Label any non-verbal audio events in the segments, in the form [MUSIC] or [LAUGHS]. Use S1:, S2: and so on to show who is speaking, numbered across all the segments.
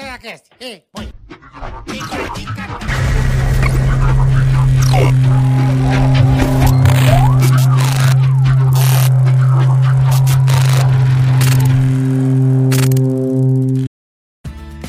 S1: Ticaracast. Ei, põe.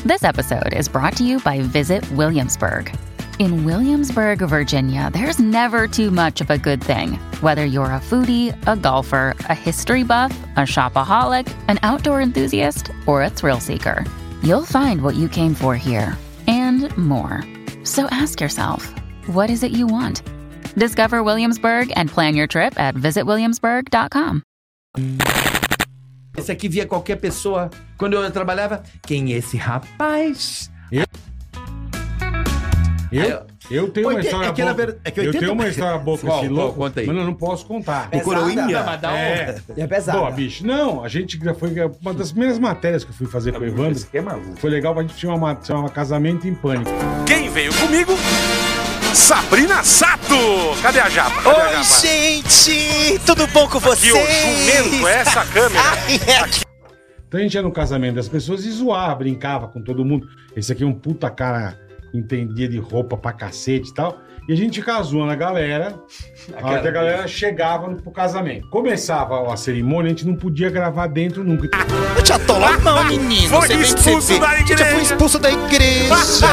S2: This episode is brought to you by Visit Williamsburg. In Williamsburg, Virginia, there's never too much of a good thing. Whether you're a foodie, a golfer, a history buff, a shopaholic, an outdoor enthusiast, or a thrill seeker, you'll find what you came for here and more. So ask yourself, what is it you want? Discover Williamsburg and plan your trip at visitwilliamsburg.com.
S3: Esse aqui via qualquer pessoa. Quando eu trabalhava, quem é esse rapaz? Aí
S4: Eu,
S3: eu-
S4: eu tenho uma
S3: Oitenta-
S4: história
S3: é que na
S4: boa.
S3: verdade- é que
S4: eu
S3: 80
S4: tenho uma história boa com
S3: Qual?
S4: esse
S3: Qual?
S4: louco,
S3: Conta aí. É
S4: mas eu não posso contar.
S5: Do Coroinha?
S3: Mas dá um-
S4: É.
S5: E é pesado.
S4: Pô, bicho, não, a gente já foi. é Uma das primeiras matérias que eu fui fazer com o Evandro.
S3: Esse aqui é maluco.
S4: Foi legal, a gente tinha uma, chamava Casamento em Pânico.
S6: Quem veio comigo? Sabrina Sato! Cadê a japa? Cadê a
S7: Oi,
S6: japa?
S7: gente! Tudo bom com
S6: Que
S7: vocês?
S6: o jumento é essa câmera?
S4: Então a gente ia no casamento das pessoas e zoava, brincava com todo mundo. Esse aqui é um puta cara que entendia de roupa pra cacete e tal. E a gente ficava zoando
S6: [LAUGHS]
S4: a galera. A hora que a galera chegava no, pro casamento. Começava a cerimônia, a gente não podia gravar dentro nunca.
S7: Eu te atolar a mão, menino.
S6: Foi
S7: Você vem que
S6: expulso
S7: você vê.
S6: da
S7: Gente, eu fui
S6: igreja.
S7: expulso da igreja.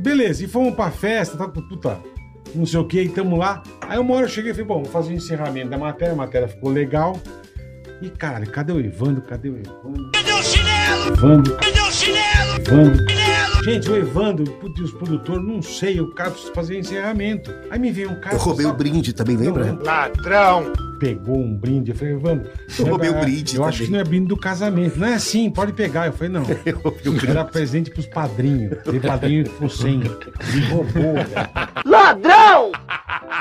S4: Beleza, e fomos pra festa, tá, puta, não sei o que, e tamo lá. Aí uma hora eu cheguei e falei, bom, vou fazer o encerramento da matéria, a matéria ficou legal. E caralho, cadê o Evandro? Cadê o Evandro? Evandro, Evandro. Gente, o Evandro, putz, e os produtores, não sei, o cara precisa fazer encerramento. Aí me veio um cara.
S8: Eu roubei o
S4: sabe,
S8: brinde também, lembra?
S6: Ladrão!
S4: Pegou um brinde. Eu falei, Evandro.
S8: Eu roubei
S4: cara,
S8: o brinde tá
S4: Eu acho
S8: também.
S4: que não é brinde do casamento. Não é assim, pode pegar. Eu falei, não.
S8: [LAUGHS] Eu roubei o brinde.
S4: Era presente pros padrinhos. Tem padrinho com 100. Me roubou, velho. Ladrão!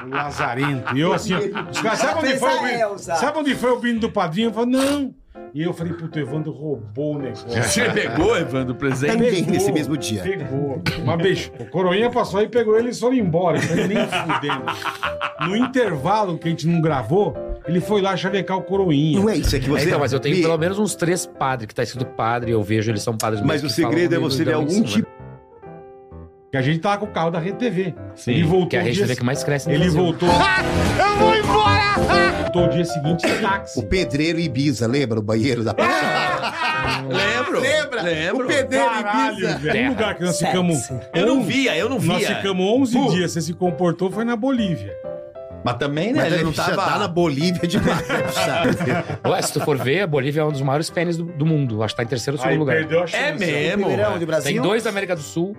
S4: Lazarento. E eu assim, ó, os caras, sabe onde
S5: Fez
S4: foi
S5: a
S4: o brinde?
S5: Elza.
S4: Sabe onde foi o brinde do padrinho? Eu falei, não. E eu falei, puto, o Evandro roubou o negócio.
S3: Você pegou, Evandro, o presente?
S8: Também nesse mesmo dia.
S4: Pegou. Mas, bicho, o coroinha passou aí, pegou ele e foram embora. Eu falei, nem fudendo. No intervalo que a gente não gravou, ele foi lá chavecar o coroinha.
S8: Não é isso, é que você.
S9: É, então, mas eu tenho
S8: Bi,
S9: pelo menos uns três padres que tá escrito padre, eu vejo, eles são padres
S8: Mas
S9: mesmo,
S8: o
S9: que falam
S8: segredo é
S9: comigo,
S8: você ler
S9: dão em
S8: algum
S9: cima.
S8: tipo.
S4: Que a gente tava com o carro da RedeTV.
S9: Sim,
S4: ele voltou
S9: que é a
S4: um
S9: rede
S4: dia-
S9: TV que mais cresce no
S4: Ele
S9: Brasil.
S4: voltou.
S6: Eu vou embora!
S4: Voltou o dia seguinte de
S8: O
S9: tipo.
S4: táxi.
S8: pedreiro Ibiza, lembra o banheiro da praça?
S3: Lembro.
S8: Lembra?
S3: Lembro.
S8: O pedreiro Ibiza.
S4: velho. Um lugar que nós
S5: Sexy.
S4: ficamos.
S3: Eu não
S4: onze-
S3: via, eu não via.
S4: Nós ficamos 11
S3: Pô.
S4: dias. Você se comportou, foi na Bolívia.
S3: Mas também, né?
S8: Mas
S3: ele
S8: ele
S3: não
S8: já tá na
S3: tava...
S8: Bolívia
S9: [LAUGHS]
S8: demais, sabe?
S9: Ué, se tu for ver, a Bolívia é um dos maiores pênis do, do mundo. Acho que tá em terceiro ou segundo
S4: Aí
S9: lugar.
S4: perdeu a chance.
S3: É mesmo.
S5: Primeirão de Brasil.
S9: Tem dois da América do Sul.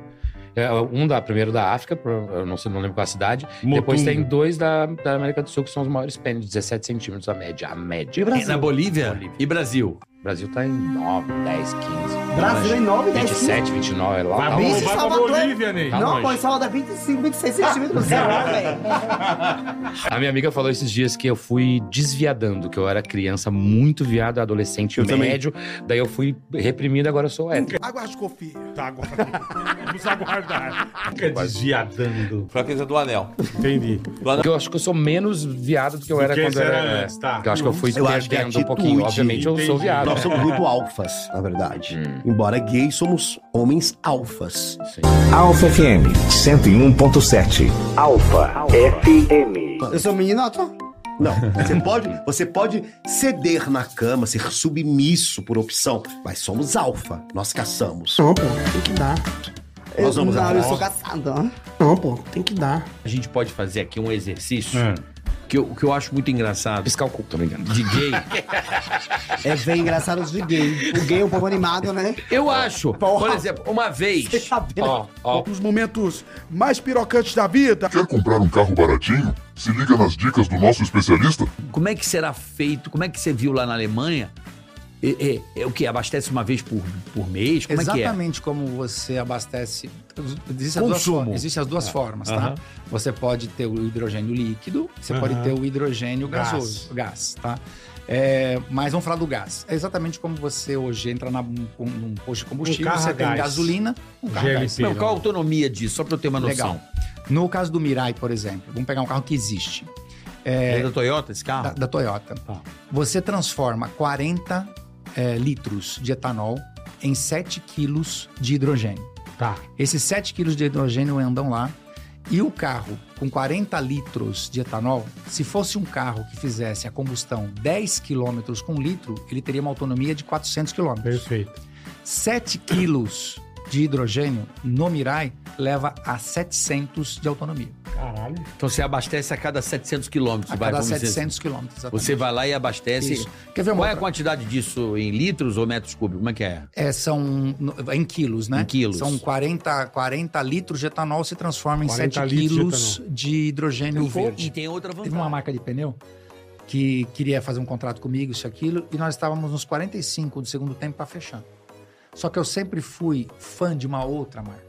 S9: é, Um da primeiro da África, pro- eu não sei, não lembro qual a cidade.
S4: Mutum.
S9: Depois tem dois da, da América do Sul, que são os maiores pênis, 17 centímetros a média. A média.
S3: É na Bolívia?
S9: Bolívia.
S3: E Brasil?
S9: O Brasil tá em 9, 10, 15.
S5: Brasil em 9, 10, 15.
S9: 27, 29, é lá.
S4: Vai,
S9: lá
S4: pra-
S5: Isso,
S4: vai pra
S5: Salvador.
S4: Bolívia, Ney.
S9: Tá
S5: Não,
S9: longe.
S5: pô, isso é roda 25, 26 centímetros. Caralho, velho.
S9: A minha amiga falou esses dias que eu fui desviadando, que eu era criança muito viado, adolescente médio. Daí eu fui reprimido, agora eu sou hétero.
S4: Tá, agora. Vamos aguardar. Fica desviadando.
S3: Fraqueza do anel.
S4: Entendi.
S9: Porque eu acho que eu sou menos viado do que eu
S4: Do
S9: era
S4: que
S9: quando
S4: você
S9: eu era.
S4: era
S9: é,
S4: antes, tá.
S9: Porque eu acho que eu fui
S8: Eu acho que é
S9: perdendo um pouquinho.
S8: atitude,
S9: Obviamente eu sou
S4: entendi.
S9: viado.
S8: Nós somos muito alfas, na verdade.
S9: Hum.
S8: Embora gay, somos homens alfas.
S10: Alfa FM 101.7. Alfa FM.
S5: Eu sou um menino, ó, tô.
S8: Não, você pode, você pode ceder na cama, ser submisso por opção, mas somos alfa, nós caçamos.
S11: Não, pô, tem que dar.
S5: Eu,
S8: Nós vamos
S5: não, eu
S8: atrás.
S5: sou caçado, ó.
S11: Não, pô, tem que dar.
S3: A gente pode fazer aqui um exercício
S4: É.
S3: que, eu, que eu acho muito engraçado.
S9: Piscar o cu, tô brincando.
S3: De
S9: [LAUGHS]
S3: gay.
S5: É bem engraçado os de gay. O gay é um povo animado, né?
S3: Eu acho. Por exemplo, uma vez...
S12: tá
S9: Ó,
S12: Um
S9: ó.
S10: Os momentos mais pirocantes da vida.
S6: Quer comprar um carro baratinho? Se liga nas dicas do nosso especialista.
S3: Como é que será feito? Como é que você viu lá na Alemanha? É, é- é o que? Abastece uma vez por, por mês? Como é
S12: Exatamente como você abastece. Existem as duas,
S3: Consumo.
S12: for- existe as
S9: Ah.
S12: duas formas, tá?
S3: Aham.
S12: Você pode ter o hidrogênio líquido, você pode ter o hidrogênio
S4: Gás.
S12: gasoso, gás, tá? É, mas vamos falar do gás. É exatamente como você hoje entra na, um- num posto de
S4: Um
S12: combustível,
S4: carro a
S12: você tem
S4: gás.
S12: gasolina, um carro a
S4: GLP.
S12: gás.
S3: que é? Não, qual a autonomia disso? Só pra eu ter uma noção.
S12: Legal. No caso do Mirai, por exemplo, vamos pegar um carro que existe,
S3: É, da Toyota esse carro?
S12: da, da Toyota.
S3: Tá.
S12: Você transforma 40 eh, litros é, de etanol em 7 quilos de hidrogênio.
S4: Tá.
S12: Esses 7 quilos de hidrogênio andam lá. E o carro com 40 litros de etanol, se fosse um carro que fizesse a combustão 10 quilômetros com litro, ele teria uma autonomia de 400 quilômetros.
S4: Perfeito.
S12: 7 quilos de hidrogênio no Mirai leva a 700 de autonomia.
S4: Caralho.
S3: Então você abastece a cada 700 quilômetros.
S12: A
S3: vai,
S12: cada
S3: vamos dizer
S12: 700
S3: assim.
S12: quilômetros, exatamente.
S3: Você vai lá e abastece.
S12: Isso. Quer ver uma
S3: Qual é a
S12: outra?
S3: quantidade disso em litros ou metros cúbicos? Como é que é?
S12: É, são no- em quilos, né?
S3: Em quilos.
S12: São 40, 40 litros de etanol se transforma em
S4: 40
S12: 7
S4: litros de
S12: quilos
S4: etanol.
S12: de, hidrogênio verde.
S3: tem um outra
S12: Teve uma marca de pneu que queria fazer um contrato comigo, isso e aquilo, e nós estávamos nos 45 do segundo tempo para fechar. Só que eu sempre fui fã de uma outra marca.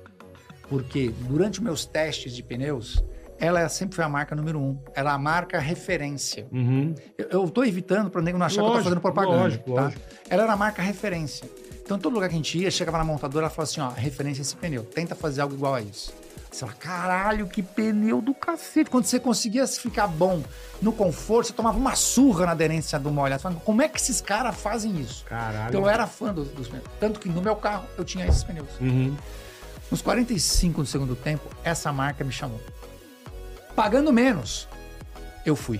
S12: Porque durante meus testes de pneus, ela sempre foi a marca número um. Ela é a marca referência.
S4: Uhum.
S12: Eu, eu tô evitando para o nego não achar que eu tô
S4: Lógico,
S12: fazendo propaganda.
S4: lógico,
S12: tá?
S4: lógico.
S12: Ela era a marca referência. Então, todo lugar que a gente ia, chegava na montadora, ela falava assim: ó, referência esse pneu, tenta fazer algo igual a isso. Você fala, caralho, que pneu do cacete. Quando você conseguia ficar bom no conforto, você tomava uma surra na aderência do molhado. Você falava, como é que esses caras fazem isso?
S4: Caralho.
S12: Então, eu era fã dos, dos pneus. Tanto que no meu carro, eu tinha esses pneus.
S4: Uhum.
S12: Nos 45 do segundo tempo, essa marca me chamou. Pagando menos, eu fui.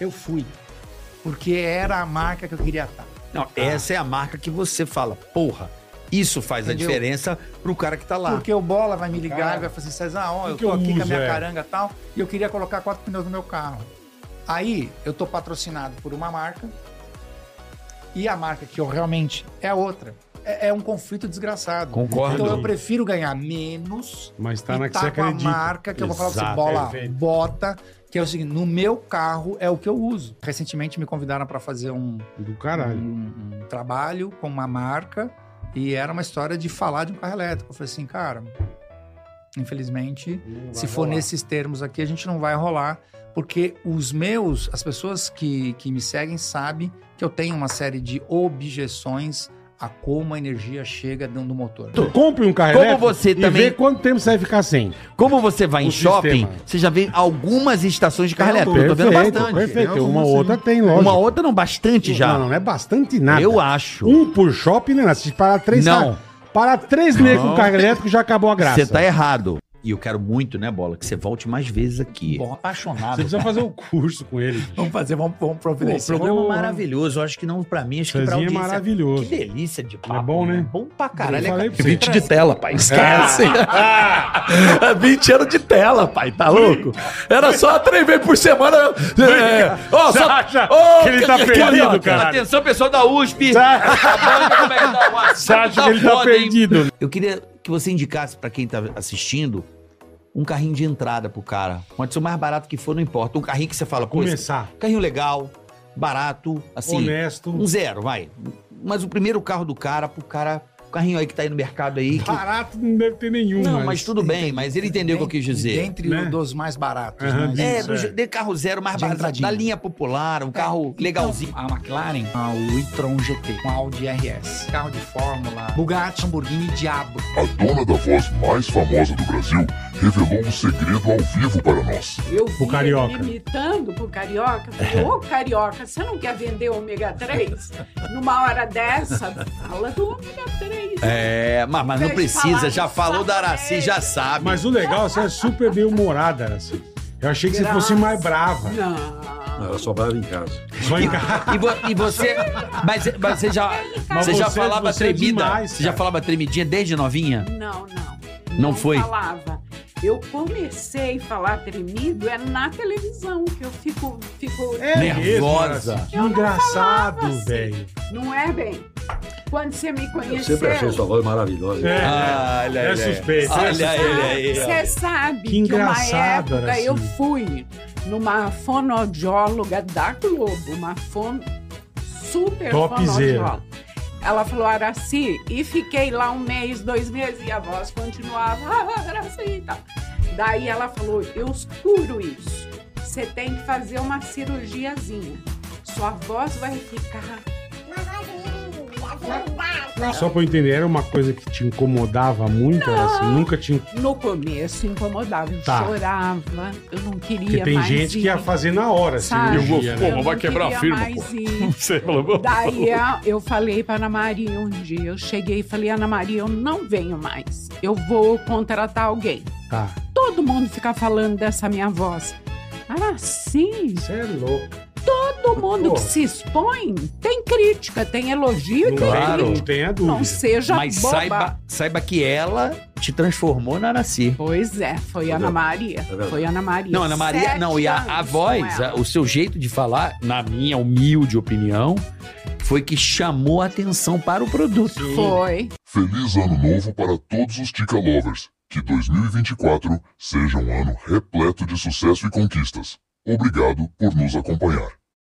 S12: Eu fui. Porque era a marca que eu queria estar.
S3: Não, essa é a marca que você fala, porra, isso faz
S12: Entendeu?
S3: a diferença pro cara que tá lá.
S12: Porque o Bola vai me ligar
S4: Ah. Cara,
S12: e vai fazer César, ah, ó,
S4: que
S12: eu
S4: que
S12: tô
S4: eu
S12: aqui com
S4: uso,
S12: a minha
S4: é?"
S12: caranga e tal, e eu queria colocar quatro pneus no meu carro. Aí, eu tô patrocinado por uma marca, e a marca que eu realmente é a outra. É, é um conflito desgraçado.
S3: Concordo.
S12: Então eu prefiro ganhar menos
S4: Mas tá
S12: e
S4: na que
S12: tá
S4: você
S12: com a
S4: acredita.
S12: marca que eu vou falar pra você,
S4: Exato,
S12: bola,
S4: perfeito.
S12: bota, que é o seguinte, no meu carro é o que eu uso. Recentemente me convidaram pra fazer um,
S4: Do caralho.
S12: um- um trabalho com uma marca e era uma história de falar de um carro elétrico. Eu falei assim, cara, infelizmente,
S4: Não
S12: se
S4: Hum, vai
S12: for
S4: rolar.
S12: nesses termos aqui, a gente não vai rolar, porque os meus, as pessoas que, que me seguem sabem que eu tenho uma série de objeções a como a energia chega dentro do motor.
S4: Tu compre um carro
S3: Como
S4: elétrico
S3: você
S4: e
S3: também-
S4: vê quanto tempo você vai ficar sem.
S3: Como você vai
S4: O
S3: em shopping,
S4: sistema.
S3: você já vê algumas estações de carro
S4: Perfeito,
S3: elétrico. Eu tô vendo bastante. assim?
S4: Perfeito. Uma
S11: Sim.
S4: outra tem, lógico.
S3: Uma outra não, bastante já.
S4: Não, não é bastante nada.
S3: Eu acho.
S4: Um por shopping, né? Se parar três...
S3: Não.
S4: car- Parar três negros com
S3: Não.
S4: carro elétrico já acabou a graça.
S3: Você tá errado. E eu quero muito, né, Bola, que você volte mais vezes aqui.
S12: Bom,
S4: Você
S12: apaixonado.
S4: precisa fazer um curso com ele. bicho.
S12: Vamos fazer, vamos, vamos
S3: Pô,
S12: providenciar.
S3: programa
S4: Porra.
S3: maravilhoso. Eu acho que não pra mim, acho que pra
S4: Cezinha é
S3: audiência.
S4: maravilhoso.
S3: Que delícia de papo.
S4: É bom, né?
S3: Bom pra caralho.
S4: Eu
S3: É
S4: falei
S3: ca-
S4: pra você. É.
S9: de tela, pai. Esquece.
S3: [LAUGHS] É
S9: 20 anos de tela, pai. Tá louco? Era só três vezes por semana. é, ó,
S4: Você
S9: só-
S4: acha
S9: Ô,
S4: que ele tá
S9: que-
S4: perdido,
S9: que-
S4: caralho?
S3: Atenção, pessoal da USP. Tá Como é que tá o WhatsApp?
S4: [LAUGHS] Você acha que ele tá
S3: foda, hein?
S4: perdido?
S3: Eu queria que você indicasse pra quem tá assistindo um carrinho de entrada pro cara. Pode ser o mais barato que for, não importa. Um carrinho que você fala, pô, esse
S4: Começar.
S3: carrinho legal, barato, assim.
S4: Honesto.
S3: Um zero, vai. Mas o primeiro carro do cara, pro cara. O carrinho aí que tá aí no mercado aí. que-
S4: Barato não deve ter nenhum.
S3: Não, mas tudo bem, mas ele entendeu o que eu quis dizer.
S12: Dentre
S4: Né?
S12: os dos mais baratos.
S4: Aham,
S12: né?
S3: É,
S4: Isso,
S3: do,
S4: é.
S3: de carro zero, mais
S12: De
S3: barato,
S12: entradinha.
S3: da linha popular, um carro legalzinho.
S4: então,
S12: A McLaren, a e-tron GT, um Audi RS, carro de Fórmula, Bugatti, Lamborghini, Diabo.
S1: A dona da voz mais famosa do Brasil revelou um segredo ao vivo para nós.
S13: Eu vi
S4: Pro carioca.
S13: ele imitando pro carioca.
S11: É.
S13: Falei, ô carioca, você não quer vender ômega 3? Numa hora dessa, fala do ômega 3.
S3: É, mas, mas não
S13: Fez
S3: precisa,
S13: falar
S3: já
S13: de
S3: falou da Araci, já sabe.
S4: Mas o legal, você é super bem humorada, assim. Eu achei que você fosse mais brava.
S13: Não.
S11: Ela só vai em casa.
S4: Só em
S3: [LAUGHS]
S4: casa.
S3: E, vo- e você. Mas, mas você já.
S4: Mas
S3: você já
S4: você-
S3: falava
S4: você é
S3: tremida?
S4: demais,
S3: você já
S4: cara.
S3: falava tremidinha desde novinha?
S13: Não, não.
S3: Não foi?
S13: falava. Eu comecei a falar tremido é na televisão, que eu fico. fico
S4: É
S3: Nervosa.
S4: mesmo, cara. Que
S13: Eu não
S4: engraçado,
S13: falava assim.
S4: velho.
S13: Não é bem. Quando você me
S11: Eu
S13: conheceu.
S11: sempre achei sua voz maravilhosa.
S6: [LAUGHS]
S4: É.
S3: Ah, olha
S4: É
S3: ele aí.
S4: suspeito, é
S3: Olha ele aí. ó.
S13: Você sabe
S4: Que
S13: que, uma
S4: engraçado, assim.
S13: época
S4: Araci.
S13: eu fui numa fonoaudióloga da Globo, uma fono super
S4: Topzera.
S13: fonoaudióloga. Ela falou Araci e fiquei lá um mês, dois meses e a voz continuava "Ah, Araci e tal. Daí ela falou, eu escuro isso. Você tem que fazer uma cirurgiazinha. Sua voz vai ficar
S4: Só pra eu entender, era uma coisa que te incomodava muito? Era assim, nunca te.
S13: No começo incomodava, eu
S4: Tá.
S13: chorava, eu não queria
S4: Porque tem
S13: mais
S4: gente que é
S13: ir.
S4: ia fazer na hora,
S13: Sabe?
S4: assim.
S13: Eu não queria mais ir. Daí a- eu falei para Ana Maria um dia, eu cheguei e falei, Ana Maria, eu não venho mais, eu vou contratar alguém.
S4: Tá.
S13: Todo mundo fica falando dessa minha voz. Ah, sim?
S4: Você é louco.
S13: Todo mundo que se expõe tem crítica, tem elogio e tem
S3: Claro.
S13: crítica.
S3: Não tenha
S13: dúvida. Não seja
S3: Mas
S13: boba.
S3: saiba, saiba que ela te transformou na Araci.
S13: Pois é,
S9: Tá
S13: foi Ana Maria.
S3: vendo?
S13: Foi Ana Maria.
S9: Não, Ana Maria,
S13: Sete
S9: não, e a,
S13: anos
S9: a
S13: com
S9: voz,
S13: ela.
S9: a- o seu jeito de falar, na minha humilde opinião, foi que chamou a atenção para o produto.
S13: Foi.
S1: Feliz ano novo para todos os Tica Lovers. Que 2024 seja um ano repleto de sucesso e conquistas. Obrigado por nos acompanhar.